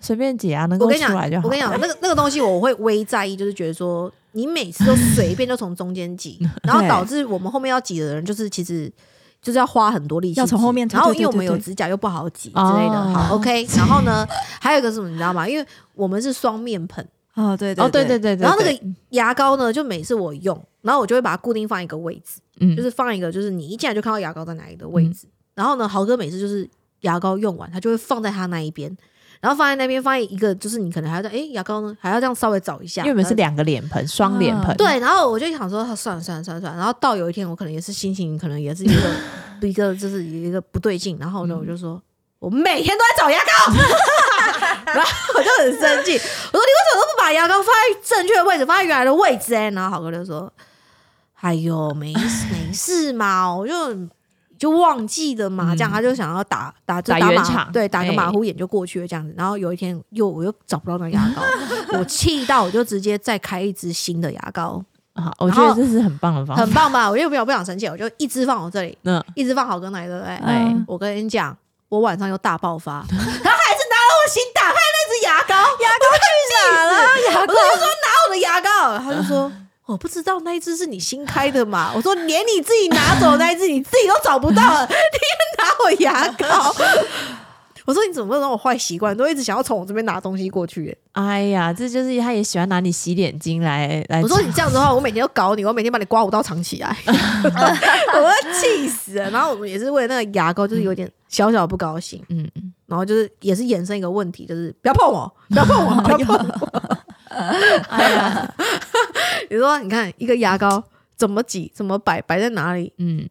S3: 随便挤啊，能
S1: 我
S3: 够
S1: 跟你
S3: 出
S1: 讲，
S3: 来就好。
S1: 我跟你讲，那个那个东西我会微在意，就是觉得说你每次都随便就从中间挤，然后导致我们后面要挤的人就是其实。就是要花很多力气挤，
S2: 要从后面推
S1: 然后
S2: 对对
S1: 因为我们
S2: 对
S1: 有
S2: 对
S1: 指甲又不好挤之类的。
S3: 哦
S1: 好，OK。然后呢，还有一个是什么，你知道吗？因为我们是双面盆，
S2: 哦，对
S3: 哦，对对，对对，
S1: 然后那
S3: 对
S1: 个牙膏呢，就每次我用，然后我就会把它固定放一个位置，
S3: 嗯
S1: 就是放一个就是你一进来就看到牙膏在哪里的位置。然后呢，豪哥每次就是牙膏用完，他就会放在他那一边，然后放在那边放在一个，就是你可能还要在哎牙膏呢还要这样稍微找一下，
S3: 因为我们是
S1: 然后
S3: 两个脸盆，双脸盆，
S1: 嗯对，然后我就想说，啊算了算了算了算了。然后到有一天，我可能也是心情，可能也是一个一个就是一个不对劲，然后呢，我就说，我每天都在找牙膏， [LAUGHS] 然后我就很生气，我说你为什么都不把牙膏放在正确的位置，放在原来的位置、欸？然后好哥就说，哎呦，没事没事嘛，我就。就忘记了嘛，这样
S3: 嗯
S1: 他就想要打打就
S3: 打
S1: 打
S3: 圆
S1: 马
S3: 场
S1: 对，打个
S3: 哎
S1: 马虎眼就过去了这样子。然后有一天又我又找不到那牙
S3: [LAUGHS]
S1: 膏，我气到我就直接再开一支新的牙膏，
S3: 好，我觉
S1: 然后
S3: 得这是很棒的方法
S1: 很。棒吧？我又没有不想生气，我就一支放我这里，
S3: 嗯，
S1: 一支放好哥奶，对不对？
S3: 哎
S2: 嗯
S1: 我跟你讲，我晚上又大爆发， [LAUGHS] 然后还是拿了我新打开那支牙膏，牙膏去哪了？牙膏，我就说拿我的牙膏，他就 [LAUGHS] 说。我不知道那一支是你新开的嘛？我说连你自己拿走的那一支，你自己都找不到 [LAUGHS] 了，你还拿我牙膏？我说你怎么会让我坏习惯，都一直想要从我这边拿东西过去、欸
S3: 哎呀，这就是他也喜欢拿你洗脸巾来来。
S1: 我说你这样
S3: 哎
S1: 子的话，我每天都搞你，我每天把你刮胡刀藏起
S3: [LAUGHS]
S1: 来， [LAUGHS] 我要气死了。然后我们也是为了那个牙膏，就是有点小小不高兴，
S3: 嗯，
S1: 然后就是也是衍生一个问题，就是不要碰我， [LAUGHS] 不要碰我，不要碰我。 [LAUGHS]
S3: 哎呀，
S1: 你说你看一个牙膏怎么挤，怎么摆，摆在哪里，哎
S3: 嗯，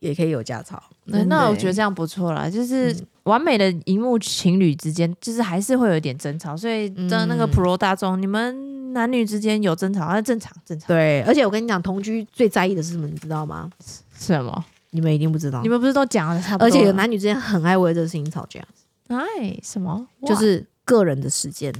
S1: 也可以有架吵。
S3: 那
S2: 真的
S3: 哎那我
S2: 欸
S3: 觉得这样不错啦，就是
S1: 嗯
S3: 完美的荧幕情侣之间，就是还是会有一点争吵，所以的那个
S1: 嗯
S3: 普罗大众，你们男女之间有争吵，那正常正常。
S1: 对，而且我跟你讲，同居最在意的是什么，你知道吗？
S3: 什么？
S1: 你们一定不知道
S3: 你。们不是都讲了差不多
S1: 而
S3: 了？
S1: 且有男女之间很爱为了这个事情吵架，
S3: 哎什么？
S1: 就是个人的时间，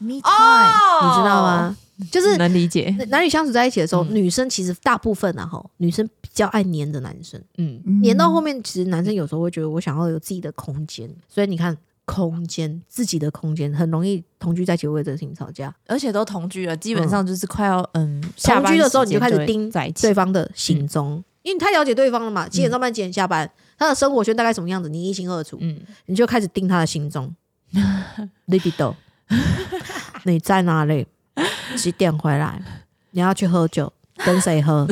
S1: 你
S2: ，me time，
S1: 知道吗？就是
S3: 能理解，
S1: 男女相处在一起的时候，
S3: 哦嗯
S1: 女生其实大部分啊哈，女生比较爱黏着男生，
S3: 嗯，
S1: 黏到后面，其实男生有时候会觉得我想要有自己的空间，所以你看，空间自己的空间很容易同居在一起为这个事情吵架。
S3: 而且都同居了，基本上就是快要嗯，下班
S1: 同居的时候你
S3: 间
S1: 就开始
S3: 会
S1: 盯
S3: 在一起，
S1: 对方的行
S3: 嗯
S1: 踪，因为你太了解对方了嘛，几点上班几点下班，他的生活圈大概什么样子，你一清二楚，
S3: 嗯，
S1: 你就开始盯他的行 [LAUGHS] 踪。libido，你在哪里？几点回来？你要去喝酒，跟谁 [LAUGHS] 喝？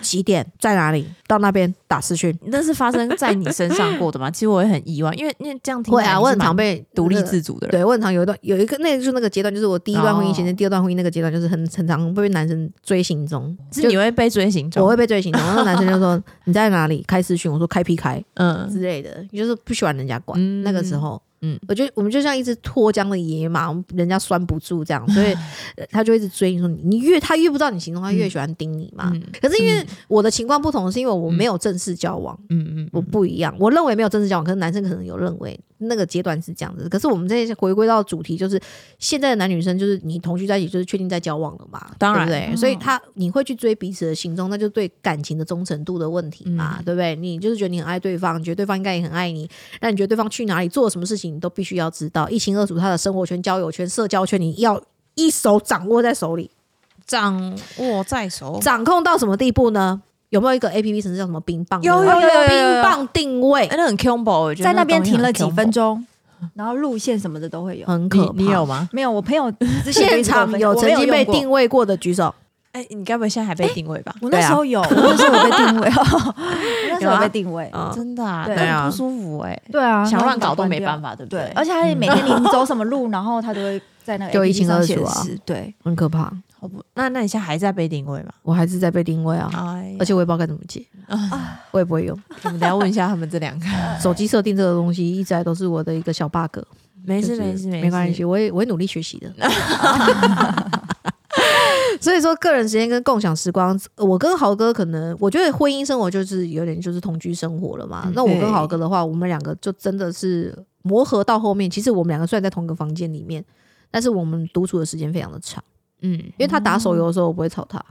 S1: 几点？在哪里？到那边打视讯。
S3: 那是发生在你身上过的
S1: [LAUGHS]
S3: 吗？其实我也很意外，因为因为这样听起
S1: 会
S3: 来
S1: 啊，
S3: 你
S1: 我
S3: 是
S1: 很常
S3: 蛮
S1: 被
S3: 独立
S1: 那个
S3: 自主的人，
S1: 对，我很常有一段有一个，那个就是那个阶段，就是我第一段婚姻前
S3: 哦
S1: 跟第二段婚姻那个阶段，就是很很常会被男生追行踪，
S3: 是你会被追行
S1: 我
S3: 踪，
S1: 会被追行踪，然后男生就 [LAUGHS] 说你在哪里开私讯，我说开屁开
S3: 嗯
S1: 之类的，就是不喜欢人家管。
S3: 嗯
S1: 那个时候，
S3: 嗯
S1: 我觉得我们就像一只脱缰的野马，我们人家拴不住这样，所
S3: [LAUGHS]
S1: 以呃他就一直追你说你，你越他越不知道你行踪，他越喜欢盯你嘛。
S3: 嗯
S1: 可是因为我的情况不同，是因为我没有正式交往，
S3: 嗯嗯
S1: 我不一样，我认为没有正式交往，可是男生可能有认为那个阶段是这样子。可是我们这些回归到主题，就是现在的男女生，就是你同居在一起，就是确定在交往了嘛，
S3: 当然
S1: 对不对？
S2: 嗯
S1: 所以他你会去追彼此的行踪，那就对感情的忠诚度的问题嘛，
S3: 嗯
S1: 对不对？你就是觉得你很爱对方，你觉得对方应该也很爱你，那你觉得对方去哪里做什么事情，你都必须要知道，一清二楚他的生活圈、交友圈、社交圈，你要一手掌握在手里，
S3: 掌握在手，
S1: 掌控到什么地步呢？有没有一个 A P P 甚至叫什么冰棒？
S2: 有有有有有有
S1: 冰棒定位
S3: 哎，。那很 combo，我觉得
S2: 在那边
S3: 东西
S2: 停
S3: 很
S2: 了几
S3: combo
S2: 分，钟， [LAUGHS] 然后路线什么的都会有。
S1: 很可
S3: 你
S1: 怕，
S3: 你有吗？
S2: 没有，我朋友之前就
S1: 现
S2: 一直 [LAUGHS] 跟我
S1: 场
S2: 分
S1: 有
S2: 享我
S1: 曾
S2: 没
S1: 经被
S2: 用过
S1: 定位过的举手，
S3: 哎，你该不会现在还被定位吧？
S2: 我那时候有，我那时候有被定位，我那时候有被定位，
S1: 啊，
S3: 真的啊，
S2: 对
S3: 那
S1: 啊
S3: 很不舒服哎，
S2: 对啊，
S3: 想乱搞都没
S2: 法。
S3: 办法，对不
S2: 对
S3: 对，？
S2: 而且他每天你走什么路，然后他都会在那个
S1: 就
S2: APP
S1: 一清
S2: 上
S1: 二楚
S2: 显
S1: 啊
S2: 示对，
S1: [LAUGHS] 很可怕。
S3: 好不，那那你现在还在被定位吗？
S1: 我还是在被定位啊，
S3: [LAUGHS] 哎
S1: 而且我也不知道该怎么解，我也不会用。
S3: 我们等一下问一下他们这两个，
S1: 手机设定这个东西一直来都是我的一个小 bug，
S3: [LAUGHS] 没
S1: 就
S3: 事
S1: 是
S3: 没事
S1: 没关
S3: 事 [LAUGHS]
S1: 系，我也我会努力学习的。 [LAUGHS] 所以说，个人时间跟共享时光，我跟豪哥可能，我觉得婚姻生活就是有点就是同居生活了嘛。
S3: 嗯
S1: 那我跟
S2: 对
S1: 豪哥的话，我们两个就真的是磨合到后面，其实我们两个虽然在同一个房间里面，但是我们独处的时间非常的长。
S3: 嗯，
S1: 因为他打手游的时候，我不会吵他，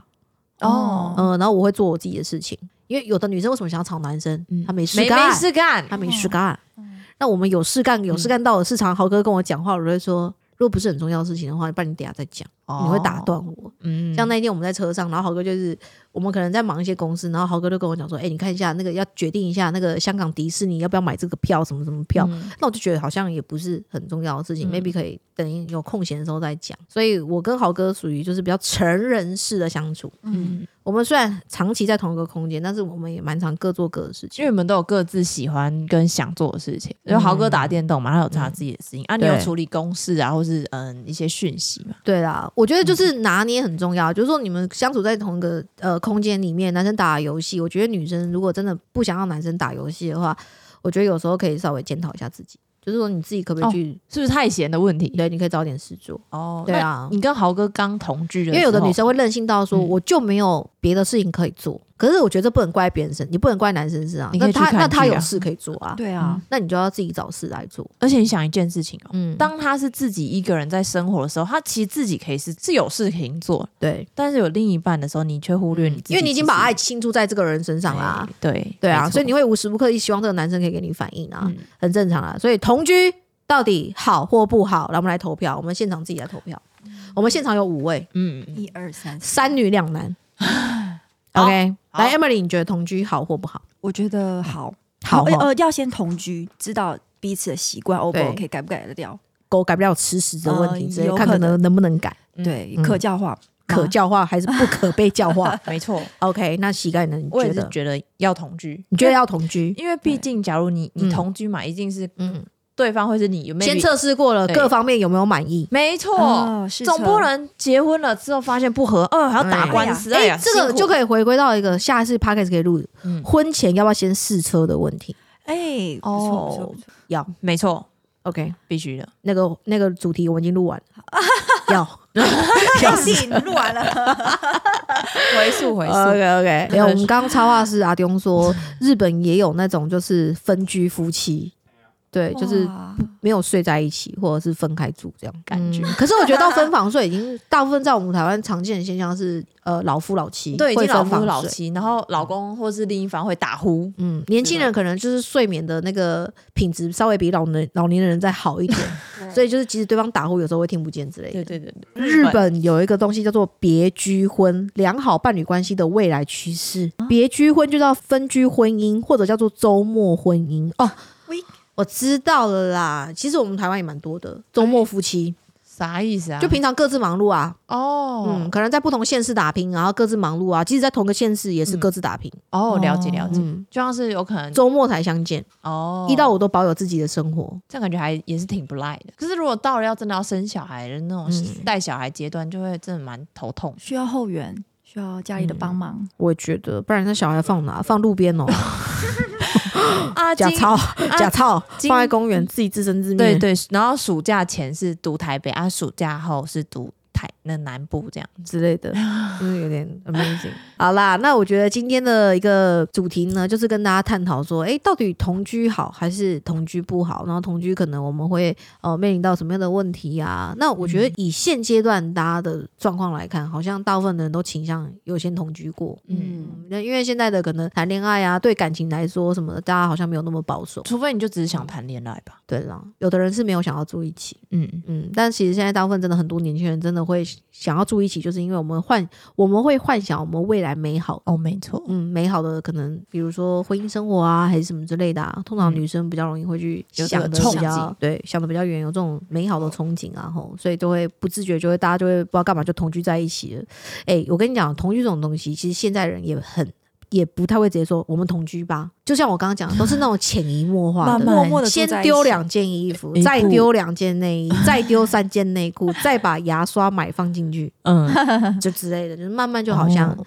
S2: 哦
S1: 嗯、然后我会做我自己的事情。因为有的女生为什么想要吵男生？
S3: 嗯
S1: 她没事
S3: 没
S1: 干，
S3: 没事干，
S1: 她没事干。
S3: 嗯
S1: 那我们有事干，有事干到的市场，豪哥跟我讲话，我就会说，
S3: 嗯
S1: 如果不是很重要的事情的话，不然你等一下再讲，
S3: 哦
S1: 你会打断我。
S3: 嗯，
S1: 像那一天我们在车上，然后豪哥就是我们可能在忙一些公司，然后豪哥就跟我讲说：“哎、你看一下那个要决定一下那个香港迪士尼要不要买这个票，什么什么票。
S3: 嗯
S1: 那我就觉得好像也不是很重要的事情、
S3: 嗯
S1: m a y b e 可以等有空闲的时候再讲。所以我跟豪哥属于就是比较成人式的相处。
S2: 嗯，
S1: 我们虽然长期在同一个空间，但是我们也蛮常各做各的事
S3: 因
S1: 情
S3: 为。你们都有各自喜欢跟想做的事情，因为豪哥打电动嘛，他有他自己的事情、啊，你有
S1: 对
S3: 处理公事啊，或是嗯一些讯息嘛，
S1: 对啦，我觉得
S3: 嗯
S1: 就是拿捏很重要，就是说你们相处在同一个呃空间里面，男生打游戏，我觉得女生如果真的不想要男生打游戏的话，我觉得有时候可以稍微检讨一下自己，就是说你自己可不可以去，
S3: 是不是太闲的问题？
S1: 对，你可以找点事做，
S3: 哦
S1: 对，啊
S3: 那。你跟豪哥刚同居的
S1: 因
S3: 时候，
S1: 为有的女生会任性到说，
S3: 嗯
S1: 我就没有别的事情可以做。可是我觉得这不能怪别人身，你不能怪男生身上。
S3: 你可
S1: 那
S3: 以去
S1: 他
S3: 看
S1: 那
S3: 剧
S1: 他有
S3: 啊
S1: 事可以做啊，
S2: 对啊，
S1: 那你就要自己找事来做。
S3: 而且你想一件事情哦，
S1: 嗯，
S3: 当他是自己一个人在生活的时候，他其实自己可以是是有事情做，
S1: 对，
S3: 但是有另一半的时候，你却忽略你自
S1: 嗯
S3: 己，
S1: 因为你已经把爱倾注在这个人身上啦、
S3: 哎对
S1: 对啊，
S3: 没错
S1: 所以你会无时无刻希望这个男生可以给你反应啊，
S3: 嗯
S1: 很正常啊。所以同居到底好或不好，来我们来投票，我们现场自己来投票。我们现场有五位，
S3: 嗯，
S2: 一二三四，
S1: 三女两
S3: [LAUGHS]
S1: 男。
S3: 好
S1: OK，
S3: 好
S1: 来 Emily，你觉得同居好或不好？
S2: 我觉得好，
S1: 好
S2: 呃
S1: 哦，
S2: 呃，要先同居，知道彼此的习惯，O 不
S1: 对
S2: OK，改不改得掉？
S1: 狗改不了吃屎的问题，
S2: 呃
S1: 直接
S2: 有
S1: 看
S2: 可
S1: 可能能不能改，
S3: 嗯
S2: 对
S1: 嗯，
S2: 可教化，
S1: 可教化还是不可被教化
S3: [LAUGHS]
S1: [LAUGHS]
S3: 没错，
S1: ？OK，那膝盖呢？你
S3: 我
S1: 觉
S3: 也是
S1: 得？
S3: 觉得要同居，
S1: 你觉得要同居？
S3: 因为毕竟假如你你
S1: 嗯
S3: 同居嘛，一定是
S1: 嗯，
S3: 对方会是你有
S1: 先测试过了，
S3: 对
S1: 各方面有没有满意？
S3: 没错。
S1: 啊
S2: 哦，是
S3: 总不能结婚了之后发现不合，哦，还要打官司，哎呀，
S1: 嗯这个就
S3: 以，
S1: 可以回归到一个下一次 p a c k a g e 可以录
S3: 嗯，
S1: 婚前要不要先试车的问题。
S2: 哎，不
S1: 哦
S2: 错不错不错，
S1: [LAUGHS] 要
S3: 没错，
S1: OK，
S3: 必须的。
S1: 那个那个主题我们已经录完
S3: [LAUGHS]
S1: 了，要
S2: 要 [LAUGHS] 是录完了，
S3: 回溯回
S1: OK。没有，我们刚刚插画师阿东
S3: [LAUGHS]
S1: 说，日本也有那种就是分居夫妻， [LAUGHS] 对，就是
S2: 哇
S1: 没有睡在一起，或者是分开住这样
S3: 感觉
S1: 嗯可是我觉得到分房睡已经大部分在我们台湾常见的现象是，呃，老夫老妻
S3: 对，已
S1: 会
S3: 经老
S1: 分
S3: 夫
S1: 房
S3: 老
S1: 睡。
S3: 妻，然后老公或是另一方会打呼，
S1: 嗯，年轻人可能就是睡眠的那个品质稍微比老年老年人再好一点，所以就是即使对方打呼，有时候会听不见之类的。
S3: 对对对，对
S1: 日本有一个东西叫做别居婚，良好伴侣关系的未来趋势。别居婚就叫分居婚姻，或者叫做周末婚姻。哦
S2: Week，
S1: 我知道了啦。其实我们台湾也蛮多的周末夫妻，
S3: 啥意思啊？
S1: 就平常各自忙碌啊，
S3: 哦
S1: 嗯，可能在不同县市打拼，然后各自忙碌啊。即使在同个县市，也是各自打拼。
S3: 哦，了解了解，
S1: 嗯，
S3: 就像是有可能
S1: 周末才相见，
S3: 哦，
S1: 一到五都保有自己的生活。
S3: 这样感觉还也是挺不赖的。可是如果到了要真的要生小孩的那
S1: 嗯
S3: 种带小孩阶段，就会真的蛮头痛。
S2: 需要后援，需要家
S1: 嗯
S2: 里的帮忙，
S1: 我也觉得，不然那小孩放哪？放路 [LAUGHS] 边哦，
S3: 啊
S1: 假钞，假钞，
S3: 今
S1: 放在公园自己自生自灭。
S3: 对对，然后暑假前是读台北，啊，暑假后是读台那南部这样。
S1: 之类的，就是有点 amazing。好啦，那我觉得今天的一个主题呢，就是跟大家探讨说，诶，到底同居好还是同居不好？然后同居可能我们会呃面临到什么样的问题啊？那我觉得以现阶段大家的状况来看，好像大部分的人都倾向有先同居过。
S3: 嗯，
S1: 那因为现在的可能谈恋爱啊，对感情来说什么的，大家好像没有那么保守。
S3: 除非你就只是想谈恋爱吧。
S1: 对啦，有的人是没有想要住一起，
S3: 嗯，
S1: 嗯，但其实现在大部分真的很多年轻人真的会想要住一起，就是因为我们幻我们会幻想我们未来美好，
S3: 哦，没错。
S1: 嗯，美好的可能比如说婚姻生活啊，还是什么之类的啊。通常
S3: 嗯
S1: 女生比较容易会去
S3: 有这
S1: 想
S3: 个
S1: 的
S3: 憧
S1: 比较
S3: 憬哦
S1: 对，想的比较远，有这种美好的憧憬啊，吼，所以就会不自觉就会大家就会不知道干嘛就同居在一起了。哎、我跟你讲，同居这种东西，其实现在人也很。也不太会直接说我们同居吧，就像我刚刚讲的，都是那种潜移默化的，
S3: 慢慢
S2: 默默的
S1: 先丢，两件衣服
S3: 一，步
S1: 再丢两件内衣，再丢三件内裤， [LAUGHS] 再把牙刷买放进去，
S3: 嗯，
S1: 就之类的，就是慢慢就好像
S3: 哦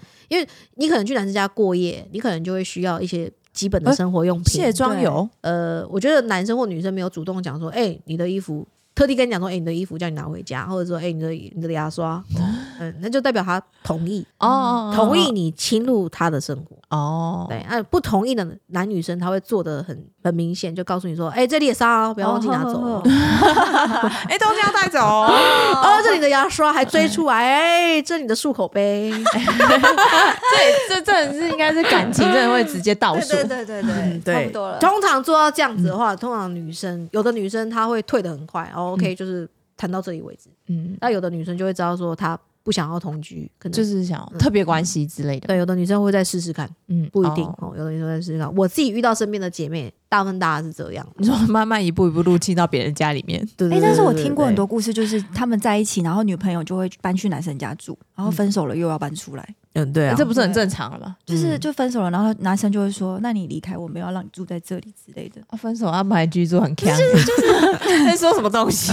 S1: 你可能去男生家过夜，你可能就会需要一些基本的生活用品
S3: 卸。妆油
S1: 呃，我觉得男生或女生没有主动讲说，哎，你的衣服。特地跟你讲说，哎、你的衣服叫你拿回家，或者说，哎、你的你的牙刷，哦嗯，那就代表他同意，
S3: [LAUGHS] 哦
S1: 同意你侵入他的生活。
S3: 哦，
S1: 对，啊，不同意的男女生他会做的很很明显，就告诉你说，哎、这里也杀哦，不要忘记拿走哦，
S3: 哎，东西要带走哦，
S1: 哦，这里的牙刷还追出来，哎、这里的漱口杯，
S2: 哎
S3: [LAUGHS] 这这真的是应该是感情，真的会直接倒数
S2: 对对对
S1: 嗯
S2: 对嗯对，差不多
S1: [LAUGHS]
S2: 了。
S1: 通常做到这样子的话，通常女生有的女生她会退的很快、哦、，OK，就是
S2: 嗯
S1: 谈到这里为止。
S3: 嗯，
S1: 那有的女生就会知道说她不想要同居，可能
S3: 就是想特别关系之类的，
S1: 对，有的女生会再试试看，
S3: 嗯，
S1: 不一定
S3: 哦
S1: 哦有的女生再试试看。我自己遇到身边的姐妹，大部分大家是这样。
S3: 你说慢慢一步一步入侵到别人家里面，
S1: 对对
S2: 哎、
S1: 对
S2: 但是我
S1: 对
S2: 听过
S1: 对
S2: 很多故事，就是他们在一起，然后女朋友就会搬去男生家住，然后分手了又要搬出来，
S1: 嗯，对啊，
S3: 这不是很正常了吗？
S1: 嗯
S2: 就是就分手了，然后男生就会说：“那你离开我，没有要让你住在这里之类的。
S3: 啊，分手安排居住很强，就是就是 [LAUGHS] 在说什么东西？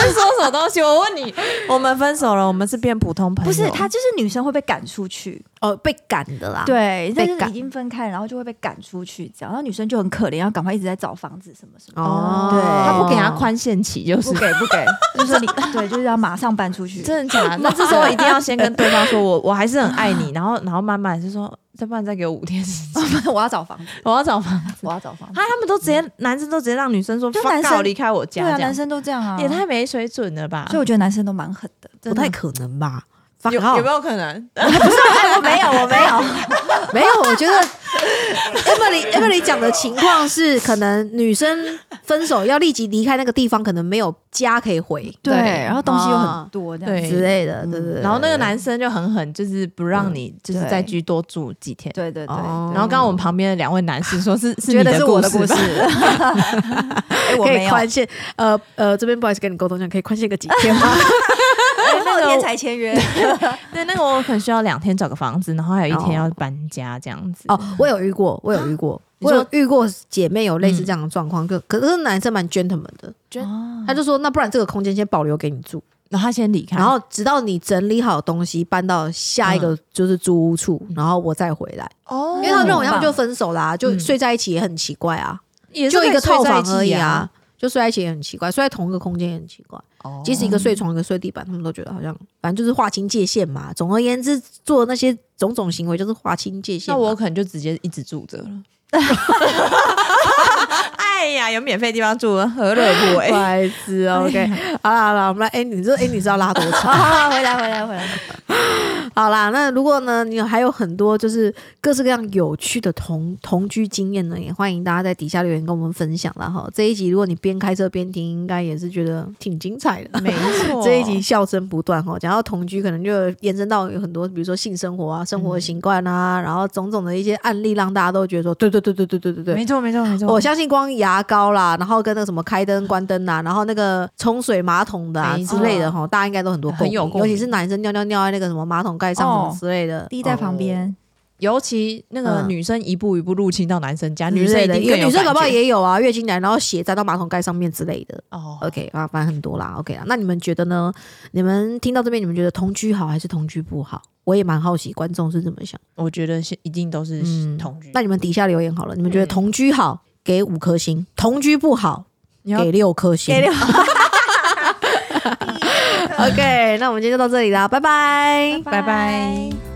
S3: 在说什么东西？我问你，我们分手了，我们是变普通朋”友？
S2: 不是，他就是女生会被赶出去，
S1: 哦被赶的啦。
S2: 对，但
S1: 被
S2: 是
S1: 赶
S2: 已经分开了，然后就会被赶出去，这样，然后女生就很可怜，要赶快一直在找房子什么什么，
S1: 哦，
S2: 对
S3: 他不给他宽限期，就是
S2: 不给不给，就是说你对，就是要马上搬出去。
S3: 真的假的？ [LAUGHS] 那这时候一定要先跟对方说，我我还是很爱 [LAUGHS] 你，然后然后慢慢就说，再不然再给我五天时间，
S2: 我要找房子，
S3: 我要找房。
S2: 我要找房
S3: 啊
S2: 子。
S3: 他他们都直接男生都直接让女生说，
S2: 就男生
S3: fuck out，离开我
S2: 对
S3: 家，
S2: 啊，
S3: 这样
S2: 男生都这样啊，
S3: 也太没水准了吧
S2: 所以？我觉得男生都蛮狠的。
S1: 不太可能吧？有
S3: 有有没有可能？
S2: 哎，我没有，我没有，
S1: [LAUGHS] 没有，我觉得 Emily Emily 讲的情况是，可能女生分手要立即离开那个地方，可能没有家可以回
S2: 对，
S3: 对
S2: 然后东西又
S1: 啊
S2: 很多，这样
S3: 对
S2: 子，
S1: 之类的，
S2: 嗯
S1: 对对对。
S3: 然后那个男生就很狠，就是不让你就是再居多住几天。
S2: 对对对。
S1: 哦
S2: 对
S3: 然后刚刚我们旁边的两位男士说是是
S2: 觉
S3: 你
S2: 得是我的
S3: 故
S2: 故事
S3: 吧，
S2: 哎，我
S1: 可
S2: 没
S1: 以
S2: 有，
S1: 宽限，呃呃，这边不好意思跟你沟通一下，可以宽限个几天
S3: [LAUGHS]
S1: 吗？
S2: 后天才签约，
S3: 对，那个我可能需要两天找个房子，然后还有一天
S1: 哦
S3: 要搬家这样子。
S1: 哦，我有遇过，我有遇过，
S3: 你
S1: 我
S3: 说嗯
S1: 有遇过姐妹有类似这样的状况，可可是男生蛮 gentleman 的，他就说那不然这个空间先保留给你住，
S3: 然后他先离开，
S1: 然后直到你整理好东西搬到下一
S3: 嗯
S1: 个就是租屋处，然后我再回来，
S3: 哦
S1: 因为他认为他们就
S2: 很棒
S1: 分手啦，就
S3: 嗯
S1: 睡在一起也很奇怪啊。
S3: 也是
S1: 就
S3: 可以
S1: 一个套
S3: 睡在
S1: 房
S3: 一起
S1: 而已
S3: 啊
S1: 啊，，就睡在一起也很奇怪，睡在同一个空间也很奇怪。
S3: 哦
S1: 即使一个睡床，一个睡地板，他们都觉得好像，反正就是划清界限嘛。总而言之，做那些种种行为就是划清界限
S3: 那
S1: 嘛。 [LAUGHS]
S3: 我可能就直接一直住着了。 [LAUGHS] 哎呀，有免费地方住，何乐不
S1: 不好意思，OK，好哎啦好啦，我们来，哎，你这哎，你知道拉多长？
S3: [LAUGHS]
S2: 好好好，回来回来回来，
S1: 好啦，那如果呢，你有还有很多就是各式各样有趣的同同居经验呢，也欢迎大家在底下留言跟我们分享啦哈。这一集如果你边开车边听，应该也是觉得挺精彩
S3: [LAUGHS]
S1: 的。
S3: 没错，
S1: 这一集笑声不断哦，讲到同居，可能就延伸到有很多，比如说性生活啊、生活
S3: 嗯
S1: 习惯啊，然后种种的一些案例，让大家都觉得说，对对对对对对对对。
S3: 没错没错没错，
S1: 我相信光牙膏啦，然后跟那个什么开灯、关灯啊，然后那个冲水马桶的、啊、
S3: 没错
S1: 之类的哈，大家应该都很多共
S3: 很有
S1: 鸣，
S3: 共鸣
S1: 尤其是男生尿尿尿在那个什么马桶盖上什么之类的，
S2: 滴在旁边，
S3: 尤其那个
S1: 嗯
S3: 女生一步一步入侵到男生家，
S1: 哦
S3: 嗯女生
S1: 之类
S3: 一
S1: 的，
S3: 定
S1: 有
S3: 更
S1: 女生搞
S3: 感
S1: 不好
S3: 觉
S1: 也有啊，月经来然后血沾到马桶盖上面之类的。
S3: 哦
S1: OK 啊，反正很多啦。OK 啊，那你们觉得呢？你们听到这边，你们觉得同居好还是同居不好？我也蛮好奇观众是怎么想。
S3: 我觉得是一定都是
S1: 嗯
S3: 同居。
S1: 那你们底下留言好了，你们觉
S3: 嗯
S1: 得同居好给五颗星，同居不好
S3: 你要
S1: 给六颗星。 [LAUGHS]
S3: [LAUGHS] 给
S1: OK，那我们今天就到这里啦，拜拜
S3: 拜拜。